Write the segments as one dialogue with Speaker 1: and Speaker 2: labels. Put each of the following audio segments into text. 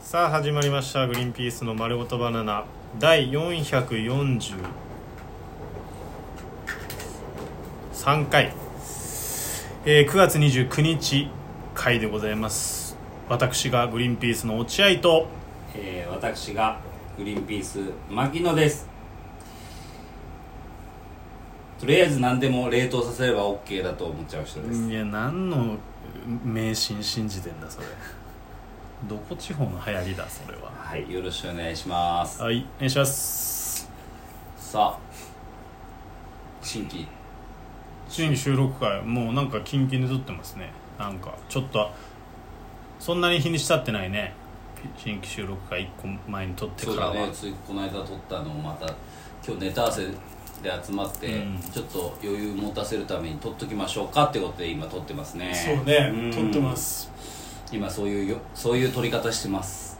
Speaker 1: さあ始まりました「グリーンピースの丸ごとバナナ」第443回、えー9月29日回でございます私がグリーンピースの落合と
Speaker 2: えー私がグリーンピース牧野ですとりあえず何でも冷凍させれば OK だと思っちゃう人です、
Speaker 1: いや何の迷信信じてんだそれどこ地方の流行りだそれは
Speaker 2: はいよろしくお願いします
Speaker 1: はいお願いします
Speaker 2: さあ新規
Speaker 1: ついに収録会もうなんかキンキンで撮ってますねなんかちょっとそんなに日にち経ってないね新規収録会1個前に撮って
Speaker 2: そう
Speaker 1: から
Speaker 2: だ
Speaker 1: は、
Speaker 2: ねついこの間撮ったのをまた今日ネタ合わせで集まって、
Speaker 1: うん
Speaker 2: ちょっと余裕持たせるために撮っときましょうかってことで今撮ってますね
Speaker 3: そうね、
Speaker 2: ん
Speaker 3: 撮ってます
Speaker 2: 今そういうよそういう撮り方してます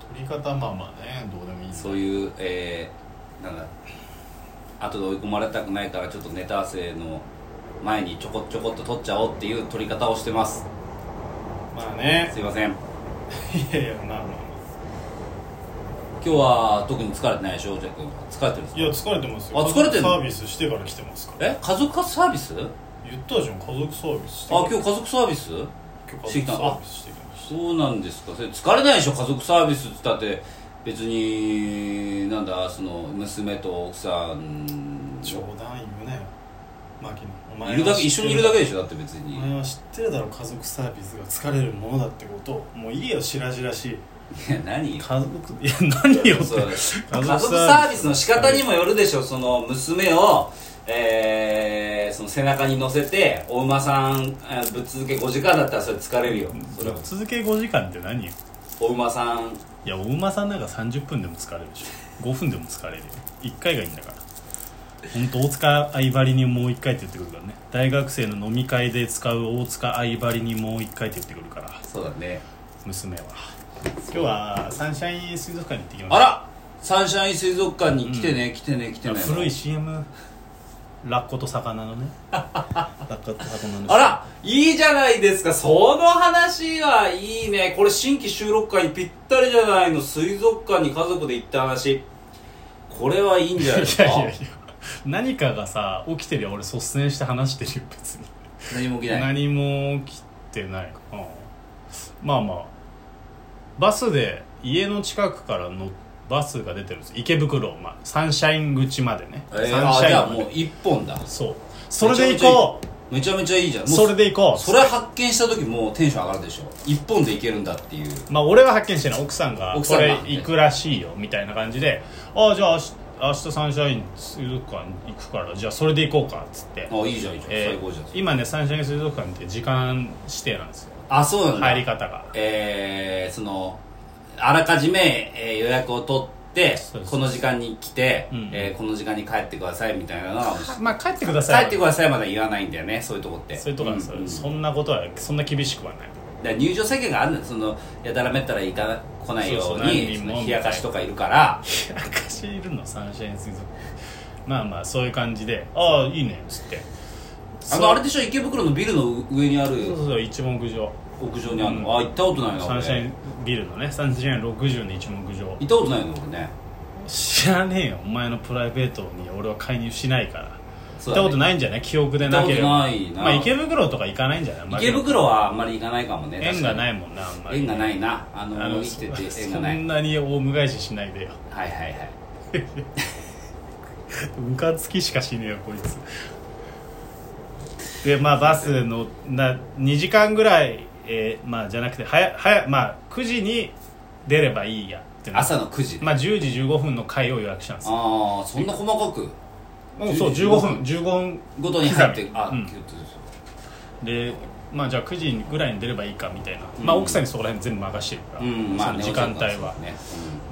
Speaker 3: 撮り方まあまあねどうでもいい
Speaker 2: そういう、えー、なんだ後で追い込まれたくないからちょっとネタ合わせの前にちょこちょこっと取っちゃおうっていう取り方をしてます
Speaker 1: まあね
Speaker 2: すいません
Speaker 1: いやいやまあまあま
Speaker 2: 今日は特に疲れてないでしょ落合君疲れてるんです
Speaker 1: あ
Speaker 2: か
Speaker 1: いや疲れてますよ
Speaker 2: あ疲れてんの
Speaker 1: サービスしてから来てますから
Speaker 2: え家族活サービスあ
Speaker 1: 言ったじゃん家族サービスしてから
Speaker 2: 今日家族サービス
Speaker 1: 今
Speaker 2: し
Speaker 1: 日
Speaker 2: て
Speaker 1: 家
Speaker 2: きた
Speaker 1: 族
Speaker 2: の
Speaker 1: サービスしてきまし
Speaker 2: そうなんですかそれ疲れないでしょ家族サービスっつったって別になんだその娘と奥さん
Speaker 3: う冗談言うね牧野お
Speaker 2: いるだ
Speaker 3: は
Speaker 2: け
Speaker 3: 知
Speaker 2: 一緒にい
Speaker 3: って
Speaker 2: るだけでしょだって別
Speaker 3: お
Speaker 2: に
Speaker 3: 前は知ってるだろ家族サービスが疲れるものだってことをもういいよ白々しい
Speaker 2: いや 何よ
Speaker 3: 家族 いや何よって
Speaker 2: そう家
Speaker 1: 家
Speaker 2: 族
Speaker 1: 族
Speaker 2: サ
Speaker 1: サ
Speaker 2: ー
Speaker 1: ー
Speaker 2: ビ
Speaker 1: ビ
Speaker 2: ス
Speaker 1: ス
Speaker 2: の仕方にもよるでしょその娘を、えー、その背中に乗せてお馬さんえーぶっ続け5時間だったらそれ疲れるよそれ
Speaker 1: た
Speaker 2: は
Speaker 1: 続け5時間って何よ
Speaker 2: お馬さん
Speaker 1: いやお馬さんなんか30分でも疲れるでしょ5分でも疲れるよ1回がいいんだから本当大塚相張りにもう1回って言ってくるからね大学生の飲み会で使う大塚相張りにもう1回って言ってくるから
Speaker 2: そうだね
Speaker 1: 娘は今日はサンシャイン水族館に行ってきました
Speaker 2: あらサンシャイン水族館に来てね、来てね来てね
Speaker 1: 古い CM ラッコと魚 のねラッコと魚の
Speaker 2: あらいいじゃないですかその話はいいねこれ新規収録会にぴったりじゃないの水族館に家族で行った話これはいいんじゃないです
Speaker 1: い
Speaker 2: か
Speaker 1: やいやいや何かがさ起きてりゃ俺率先して話してるよ別に
Speaker 2: 何も起きない
Speaker 1: 何も起きてないかなまあまあバスで家の近くからのバスが出てるんです池袋、まあ、サンシャイン口までね、
Speaker 2: えー、
Speaker 1: サン
Speaker 2: あ
Speaker 1: シ
Speaker 2: じゃ
Speaker 1: ャイ
Speaker 2: あ
Speaker 1: ンまで
Speaker 2: もう一本だ
Speaker 1: そうそれで行こ
Speaker 2: めちゃめちゃいいじゃん
Speaker 1: う
Speaker 2: もう
Speaker 1: それで行こ
Speaker 2: それ発見した時もうテンション上がるでしょ一本でいけるんだっていう
Speaker 1: うまあ俺は発見してない奥さんが
Speaker 2: 奥さ
Speaker 1: こ
Speaker 2: ん
Speaker 1: れ
Speaker 2: が
Speaker 1: 行くらしいよみたいな感じでああじゃあ明日明日サンシャイン水族館行くからじゃあそれで行こうかっつって、
Speaker 2: あいいじゃんいいじゃん、
Speaker 1: えー
Speaker 2: 最高じゃん
Speaker 1: 今ねサンシャイン水族館って時間指定なんですよ
Speaker 2: あそうなんだ
Speaker 1: 入り方が
Speaker 2: えー、そのあらかじめ、えー予約を取って
Speaker 1: そうです
Speaker 2: この時間に来て、
Speaker 1: うん
Speaker 2: えーこの時間に帰ってくださいみたいなのは
Speaker 1: まあ帰ってくだ
Speaker 2: 帰
Speaker 1: さい
Speaker 2: ってくださいまで言わないんだよねそういうとこって
Speaker 1: そういうとこなんですよ、
Speaker 2: うんうん
Speaker 1: そんなことはそんな厳しくはない
Speaker 2: だから入場制限があるんだよそのやたらめったら行かな来ないように
Speaker 1: そ
Speaker 2: そう
Speaker 1: そう何人も
Speaker 2: の冷やかしとかいるから
Speaker 1: 昔いるのサンシャイン水族まあまあそういう感じでああいいねっつって
Speaker 2: あのあれでしょ池袋のビルの上にあ
Speaker 1: そう
Speaker 2: る
Speaker 1: そうそう一目上
Speaker 2: 屋上にあるの、
Speaker 1: うん
Speaker 2: あ行ったことないな
Speaker 1: サ
Speaker 2: 俺
Speaker 1: ンシャインビルのねサンシャイン60の一目上
Speaker 2: 行ったことないの俺ね
Speaker 1: 知らねえよお前のプライベートに俺は介入しないから行
Speaker 2: そ
Speaker 1: っ
Speaker 2: う
Speaker 1: た
Speaker 2: だね
Speaker 1: ことないんじゃない記憶でなければ
Speaker 2: 行ったことないな
Speaker 1: まあ、池袋とか行かないんじゃない
Speaker 2: 池袋はあんまり行かないかもね
Speaker 1: 縁がないいもんなあんまり
Speaker 2: 縁がないなあの
Speaker 1: あの
Speaker 2: 生きてて縁
Speaker 1: そ
Speaker 2: がない
Speaker 1: んなにオウム返ししないでよ
Speaker 2: はいはいはい
Speaker 1: ムカつきしかしねえよこいつでまあバスのな2時間ぐらい、えーまあじゃなくて早早まあ9時に出ればいいやってな
Speaker 2: 朝の9時、
Speaker 1: まあ10時15分の回を予約したんですよ
Speaker 2: ああそんな細かく
Speaker 1: もうそう15
Speaker 2: 15
Speaker 1: 分15分
Speaker 2: ごとに入ってあ、
Speaker 1: うん
Speaker 2: キュッと
Speaker 1: でまあじゃあ9時ぐらいに出ればいいかみたいな、まあ
Speaker 2: うん
Speaker 1: 奥さんにそこら辺全部任してるから、
Speaker 2: うんまあね
Speaker 1: その時間帯は
Speaker 2: そうね、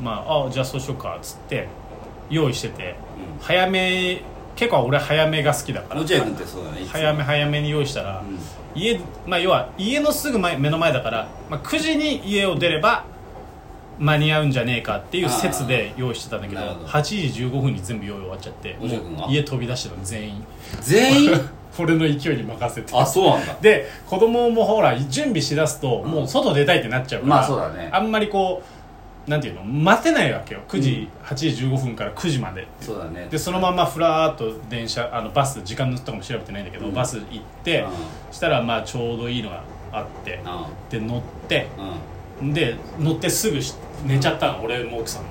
Speaker 1: まああじゃあそうしようかっつって用意してて
Speaker 2: うんうん
Speaker 1: 早め結構俺早めが好きだか
Speaker 2: あ
Speaker 1: ら
Speaker 2: の落合君ってそうだねいつも
Speaker 1: 早め早めに用意したら、
Speaker 2: うん
Speaker 1: 家まあ要は家のすぐ前目の前だから、まあ、9時に家を出れば間に合うんじゃねえかっていう説で用意してたんだけど
Speaker 2: なるほど
Speaker 1: 8時15分に全部用意終わっちゃっても
Speaker 2: おじゃくんは
Speaker 1: う家飛び出してたの全員
Speaker 2: 全員
Speaker 1: 俺の勢いに任せて
Speaker 2: あそうなんだ
Speaker 1: で子供もほら準備しだすともう外出たいってなっちゃうから、
Speaker 2: まあそうだね
Speaker 1: あんまりこうなんていうの待てないわけよ9時、8時15分から9時までっていう
Speaker 2: そうだね
Speaker 1: でそのままふらーっと電車あのバス時間のとかも調べてないんだけど、
Speaker 2: うん
Speaker 1: バス行って、
Speaker 2: うん
Speaker 1: したらまあちょうどいいのがあってで乗って
Speaker 2: うんうん
Speaker 1: で乗ってすぐし寝ちゃったの俺も奥さんも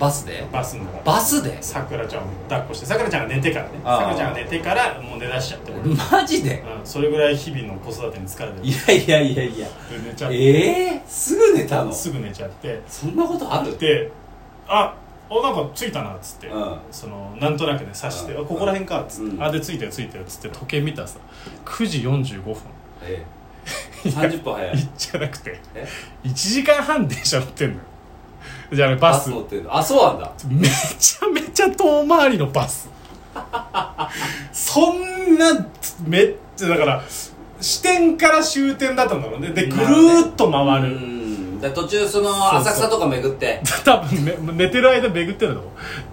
Speaker 2: バスで
Speaker 1: バスの中
Speaker 2: バスで
Speaker 1: さくらちゃんを抱っこしてさくらちゃんが寝てからね
Speaker 2: ああ
Speaker 1: さくらちゃんが寝てからもう寝だしちゃって俺、うん、
Speaker 2: マジで
Speaker 1: それぐらい日々の子育てに疲れて
Speaker 2: いやいやいやいや
Speaker 1: で寝ちゃって
Speaker 2: ええすぐ寝たの
Speaker 1: すぐ寝ちゃって
Speaker 2: そんなことある
Speaker 1: で「あおなんかついたな」っつって、
Speaker 2: うん
Speaker 1: そのなんとなくね刺して「
Speaker 2: うん
Speaker 1: あここら辺か」っつって「
Speaker 2: うん
Speaker 1: あでついたよついたよ」っつって時計見たらさ9時45分
Speaker 2: ええ30分早
Speaker 1: 行
Speaker 2: い
Speaker 1: っちゃなくて
Speaker 2: え
Speaker 1: 1時間半電車乗ってんのよじゃあバス
Speaker 2: 乗ってんのあそうなんだ
Speaker 1: めちゃめちゃ遠回りのバスそんなめっちゃだから支点から終点だったんだろうねでぐるーっと回る、
Speaker 2: うんで途中そ
Speaker 1: そう
Speaker 2: の
Speaker 1: そう
Speaker 2: 浅草とか 巡って
Speaker 1: 多分ね寝てる間巡ってるのっ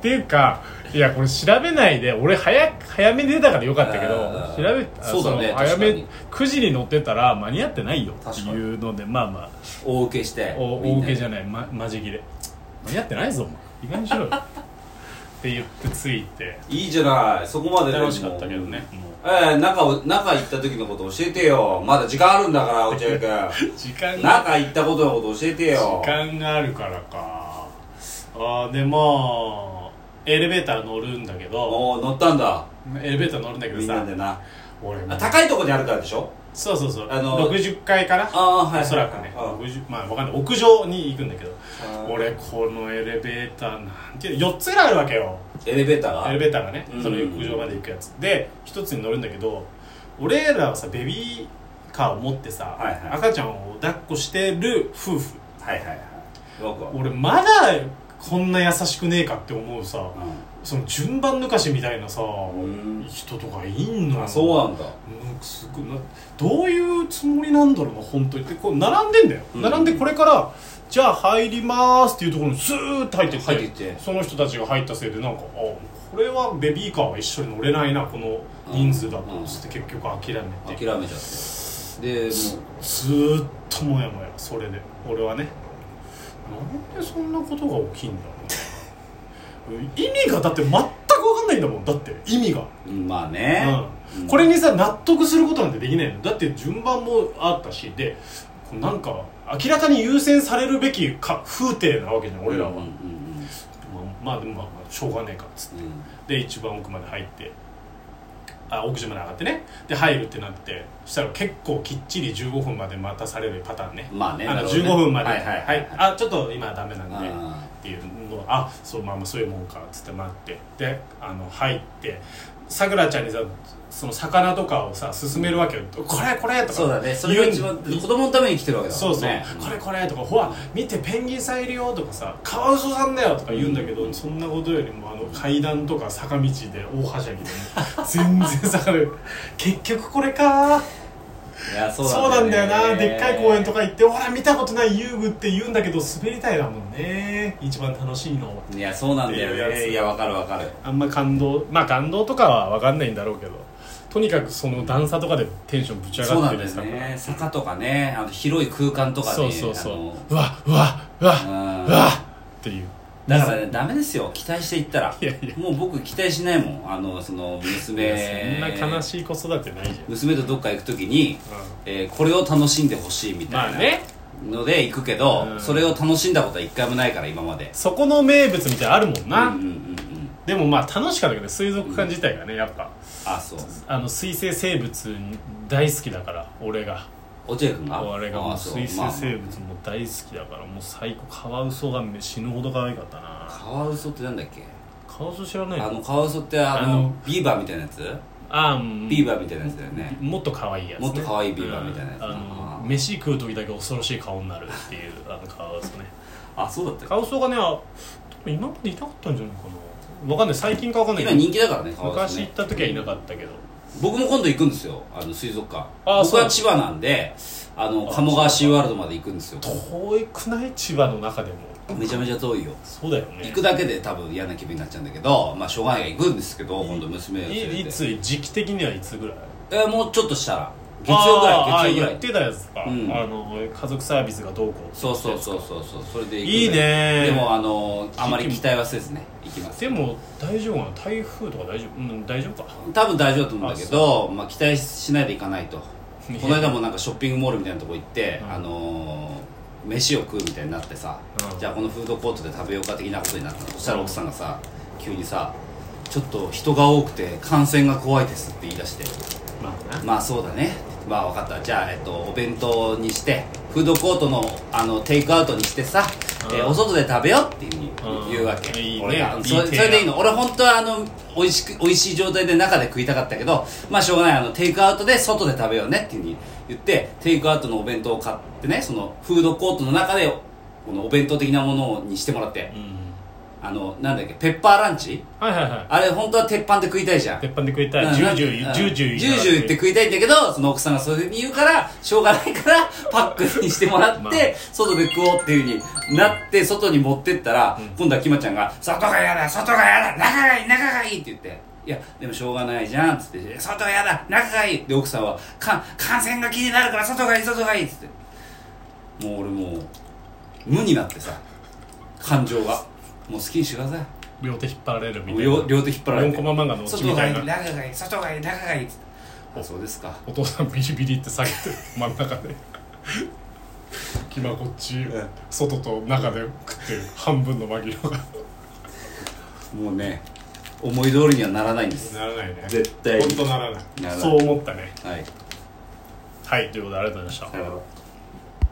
Speaker 1: ていうかいやこれ調べないで俺早く早めに出たからよかったけ
Speaker 2: あ
Speaker 1: ど
Speaker 2: ー
Speaker 1: 調べあ
Speaker 2: そうだね
Speaker 1: の早
Speaker 2: 確か
Speaker 1: め
Speaker 2: に
Speaker 1: 9時に乗ってたら間に合ってないよっていうのでまあま
Speaker 2: 大受けして
Speaker 1: あお
Speaker 2: み
Speaker 1: 大
Speaker 2: んな
Speaker 1: 受
Speaker 2: で
Speaker 1: けじゃない、ま、マジ切れ間に合ってないぞお前いかにしろよ って言ってついて
Speaker 2: いいじゃないそこまででも
Speaker 1: 楽しかったけどねも
Speaker 2: ええ中を中行った時のこと教えてよまだ時間あるんだから落合 君
Speaker 1: う時間が
Speaker 2: 中行ったことのこと教えてよ
Speaker 1: 時間があるからか
Speaker 3: あーでまあエレベーター乗るんだけど
Speaker 2: おお乗ったんだ
Speaker 1: エレベーター乗るんだけど
Speaker 2: みんな
Speaker 1: さ
Speaker 2: でな
Speaker 1: 俺も
Speaker 2: あ高いとこにあるからでしょ
Speaker 1: そうそうそう
Speaker 2: あの
Speaker 1: 60階から
Speaker 2: ああはい
Speaker 1: おそらくね
Speaker 2: あ
Speaker 1: 60まあわかんない屋上に行くんだけど
Speaker 2: あ
Speaker 1: 俺このエレベーターなんていうの4つぐらいあるわけよ
Speaker 2: エレベーターが
Speaker 1: エレベーターがね
Speaker 2: うん
Speaker 1: その屋上まで行くやつで1つに乗るんだけど俺らはさベビーカーを持ってさ、
Speaker 2: はいはい
Speaker 1: 赤ちゃんを抱っこしてる夫婦
Speaker 2: はいはいはい僕は、
Speaker 1: 俺まだこんな優しくねえかって思うさその順番抜かしみたいなさ
Speaker 2: ん
Speaker 1: 人とかいん
Speaker 2: うん、
Speaker 1: の
Speaker 2: あそうなんだ
Speaker 1: うんすごいなどういうつもりなんだろうな本当にでこう並んでんだよ、
Speaker 2: うん
Speaker 1: 並んでこれからじゃあ入りますっていうところにスーッと入ってって
Speaker 2: 入ってって
Speaker 1: その人たちが入ったせいでなんかあこれはベビーカーは一緒に乗れないなこの人数だ
Speaker 2: うん
Speaker 1: とつって結局諦め
Speaker 2: 諦め
Speaker 1: て
Speaker 2: ちゃってでも
Speaker 1: ずーっともやもやそれで俺はねなんでそんなことが起きんだ ろうな意味がだって全く分かんないんだもんだって意味が
Speaker 2: ううんまあね、
Speaker 1: う、
Speaker 2: うんん
Speaker 1: これにさ納得することなんてできないのだって順番もあったしでこうなんか明らかに優先されるべきか風景なわけじゃん俺らは、
Speaker 2: うんうん
Speaker 1: まあまあでもまあまあしょうがねえかっつって
Speaker 2: うんうん
Speaker 1: で一番奥まで入ってあ奥地まで上がってねで入るってなってそしたら結構きっちり15分まで待たされるパターンね
Speaker 2: まあね
Speaker 1: あ
Speaker 2: な
Speaker 1: の
Speaker 2: るほどね
Speaker 1: 15分まで
Speaker 2: はいはいはいはい
Speaker 1: あちょっと今ダメなんで
Speaker 2: あ
Speaker 1: っていうのあそうまあまあそういうもんかっつって待ってであの入ってさくらちゃんにさその魚とかをさ勧めるわけよ「これこれ」と
Speaker 2: ー
Speaker 1: か
Speaker 2: そうだねそれが一番
Speaker 1: 言う
Speaker 2: 子供のために来てるわけだ
Speaker 1: そう
Speaker 2: も
Speaker 1: そ
Speaker 2: ん
Speaker 1: う、
Speaker 2: ね
Speaker 1: これこれとか、ほら、見てペンギンさんいるよとかさ、カワウソさんだよとか言うんだけど、そんなことよりも、あの階段とか坂道で大はしゃぎで、 全然坂で、結局これかー
Speaker 2: いやそ
Speaker 1: そうう
Speaker 2: なんだ
Speaker 1: な
Speaker 2: よ
Speaker 1: んだよな、
Speaker 2: ね
Speaker 1: でっかい公園とか行って、ほら、見たことない遊具って言うんだけど、滑りたいだもんね、一番楽しいのは。
Speaker 2: いやそうなん
Speaker 1: っ
Speaker 2: だ
Speaker 1: ていう
Speaker 2: よ
Speaker 1: やつ
Speaker 2: ねいやわかるわかる
Speaker 1: あんま感動まあ感動とかは分かんないんだろうけどとにかくその段差とかでテンションぶち上
Speaker 2: そう
Speaker 1: がっ
Speaker 2: な
Speaker 1: て
Speaker 2: ん
Speaker 1: る
Speaker 2: だよ
Speaker 1: さ
Speaker 2: ね坂とかねあの広い空間とかね
Speaker 1: そうそうそう
Speaker 2: あの
Speaker 1: うわうわうわ
Speaker 2: うん
Speaker 1: うわっていう
Speaker 2: だからねダメですよ期待していったら
Speaker 1: いやいや
Speaker 2: もう僕期待しないもんあのその娘
Speaker 1: そんな悲しい子育てないじゃん、
Speaker 2: 娘とどっか行く時に、えーこれを楽しんでほしいみた
Speaker 1: ま
Speaker 2: い
Speaker 1: あ
Speaker 2: な
Speaker 1: ね
Speaker 2: ので行くけど、
Speaker 1: うん
Speaker 2: それを楽しんだことは一回もないから今まで
Speaker 1: そこの名物みたいなのあるもんな、
Speaker 2: うんうんうんうん
Speaker 1: でもまあ楽しかったけど水族館自体がねやっぱ
Speaker 2: あそう
Speaker 1: あの水生生物大好きだから俺が
Speaker 2: 落合君が
Speaker 1: 俺がもう
Speaker 2: あそう
Speaker 1: 水
Speaker 2: まあ
Speaker 1: 生
Speaker 2: まあ
Speaker 1: 生物も大好きだからもう最高カワウソが死ぬほど可愛かったな
Speaker 2: カワウソってなんだっけ
Speaker 1: カワウソ知らない
Speaker 2: あのカワウソってあ
Speaker 1: あ
Speaker 2: の
Speaker 1: の
Speaker 2: ビーバーみたいなやつ
Speaker 1: あー
Speaker 2: ビーバーみたいなやつだよね
Speaker 1: もっと可愛いやつ、
Speaker 2: もっと可愛いビーバーみたいなやつ
Speaker 1: うんあ
Speaker 2: あ
Speaker 1: の
Speaker 2: ー
Speaker 1: 飯食う時だけ恐ろしい顔になるっていうあのカワウソね
Speaker 2: あそうだったっけ
Speaker 1: カワウソがねあ今までいなかったんじゃないかなわかんない最近かわかんない
Speaker 2: 今
Speaker 1: けど
Speaker 2: 人気だからねカワウソ
Speaker 1: 昔行
Speaker 2: ね
Speaker 1: った時はいなかったけど
Speaker 2: 僕も今度行くんですよあの水族館
Speaker 1: あ
Speaker 2: 僕は
Speaker 1: そ
Speaker 2: 千葉なんであの鴨川シーワールドまで行くんですよ
Speaker 1: 遠くない千葉の中でも
Speaker 2: めちゃめちゃ遠いよ
Speaker 1: そうだよね
Speaker 2: 行くだけで多分嫌な気分になっちゃうんだけどまあしょうがないから行くんですけど今度娘を連れ
Speaker 1: いい
Speaker 2: て
Speaker 1: つ時期的にはいつぐらい
Speaker 2: えもうちょっとしたら月曜ぐ
Speaker 4: あーあ
Speaker 2: らい
Speaker 4: ー
Speaker 2: 月曜ぐら
Speaker 4: 言っ
Speaker 2: い
Speaker 4: てたやつか、
Speaker 2: うん
Speaker 4: あの家族サービスがどうこう
Speaker 2: そうそうそうそうそうそれで行く
Speaker 4: いいね
Speaker 2: でもあのあまり期待はせずね行きます
Speaker 4: でも大丈夫かな台風とか大丈夫うん大丈夫か
Speaker 2: 多分大丈夫だと思うんだけどまあ、期待しないで行かない とこの間もなんかショッピングモールみたいなとこ行って、
Speaker 4: うん
Speaker 2: あのー飯を食うみたいになってさ、
Speaker 4: うん
Speaker 2: じゃあこのフードコートで食べようか的なことになったのそしたら奥さんがさ急にさちょっと人が多くて感染が怖いですって言い出して
Speaker 4: まあ
Speaker 2: まあそうだねまあ分かったじゃあ、えっと、お弁当にしてフードコートのあのテイクアウトにしてさ、
Speaker 4: うん
Speaker 2: えーお外で食べようっていうふうに
Speaker 4: うん
Speaker 2: 言うわけ、
Speaker 4: いいね
Speaker 2: 俺が
Speaker 4: いい
Speaker 2: それ
Speaker 4: 提案
Speaker 2: それでいいの俺本当はあの美味しく美味しい状態で中で食いたかったけどまあしょうがないあのテイクアウトで外で食べようねっていうふうに言ってテイクアウトのお弁当を買ってねそのフードコートの中でこのお弁当的なものにしてもらって
Speaker 4: うん
Speaker 2: あのなんだっけペッパーランチ
Speaker 4: はいはいはい
Speaker 2: あれ本当は鉄板で食いたいじゃん
Speaker 4: 鉄板で食いたい
Speaker 2: うん
Speaker 4: ジュ
Speaker 2: な
Speaker 4: ー
Speaker 2: ん
Speaker 4: ジ
Speaker 2: で
Speaker 4: ュ
Speaker 2: うん
Speaker 4: ージュージュー
Speaker 2: ジュージューって食いたいんだけどその奥さんがそれに言うからしょうがないからパックにしてもらって、
Speaker 4: まあ
Speaker 2: 外で食おうっていう風になって外に持ってったら、今度はきまちゃんが「外がやだ外がやだ中がいい中がいい」って言って「いやでもしょうがないじゃん」っつって「外がやだ中がいい」で奥さんはか「感染が気になるから外がいい外がいい」っつってもう俺もう無になってさ感情がもう好きにしてください
Speaker 4: 両手引っ張られるみたいな
Speaker 2: 両両手引っ張られ
Speaker 4: 4
Speaker 2: て
Speaker 4: コマ漫画のオチみたいな
Speaker 2: 中がいい外がいい中がいいっつってあそうですか
Speaker 4: お父さんビリビリって下げて真ん中で
Speaker 1: きまこっち外と中で食ってる半分の紛れが
Speaker 2: もうね思い通りにはならないんです
Speaker 1: ならないね
Speaker 2: 絶対に
Speaker 1: 本当ならない
Speaker 2: ならない
Speaker 1: そう思ったね
Speaker 2: はい
Speaker 4: はいということでありがとうございました
Speaker 2: さよなら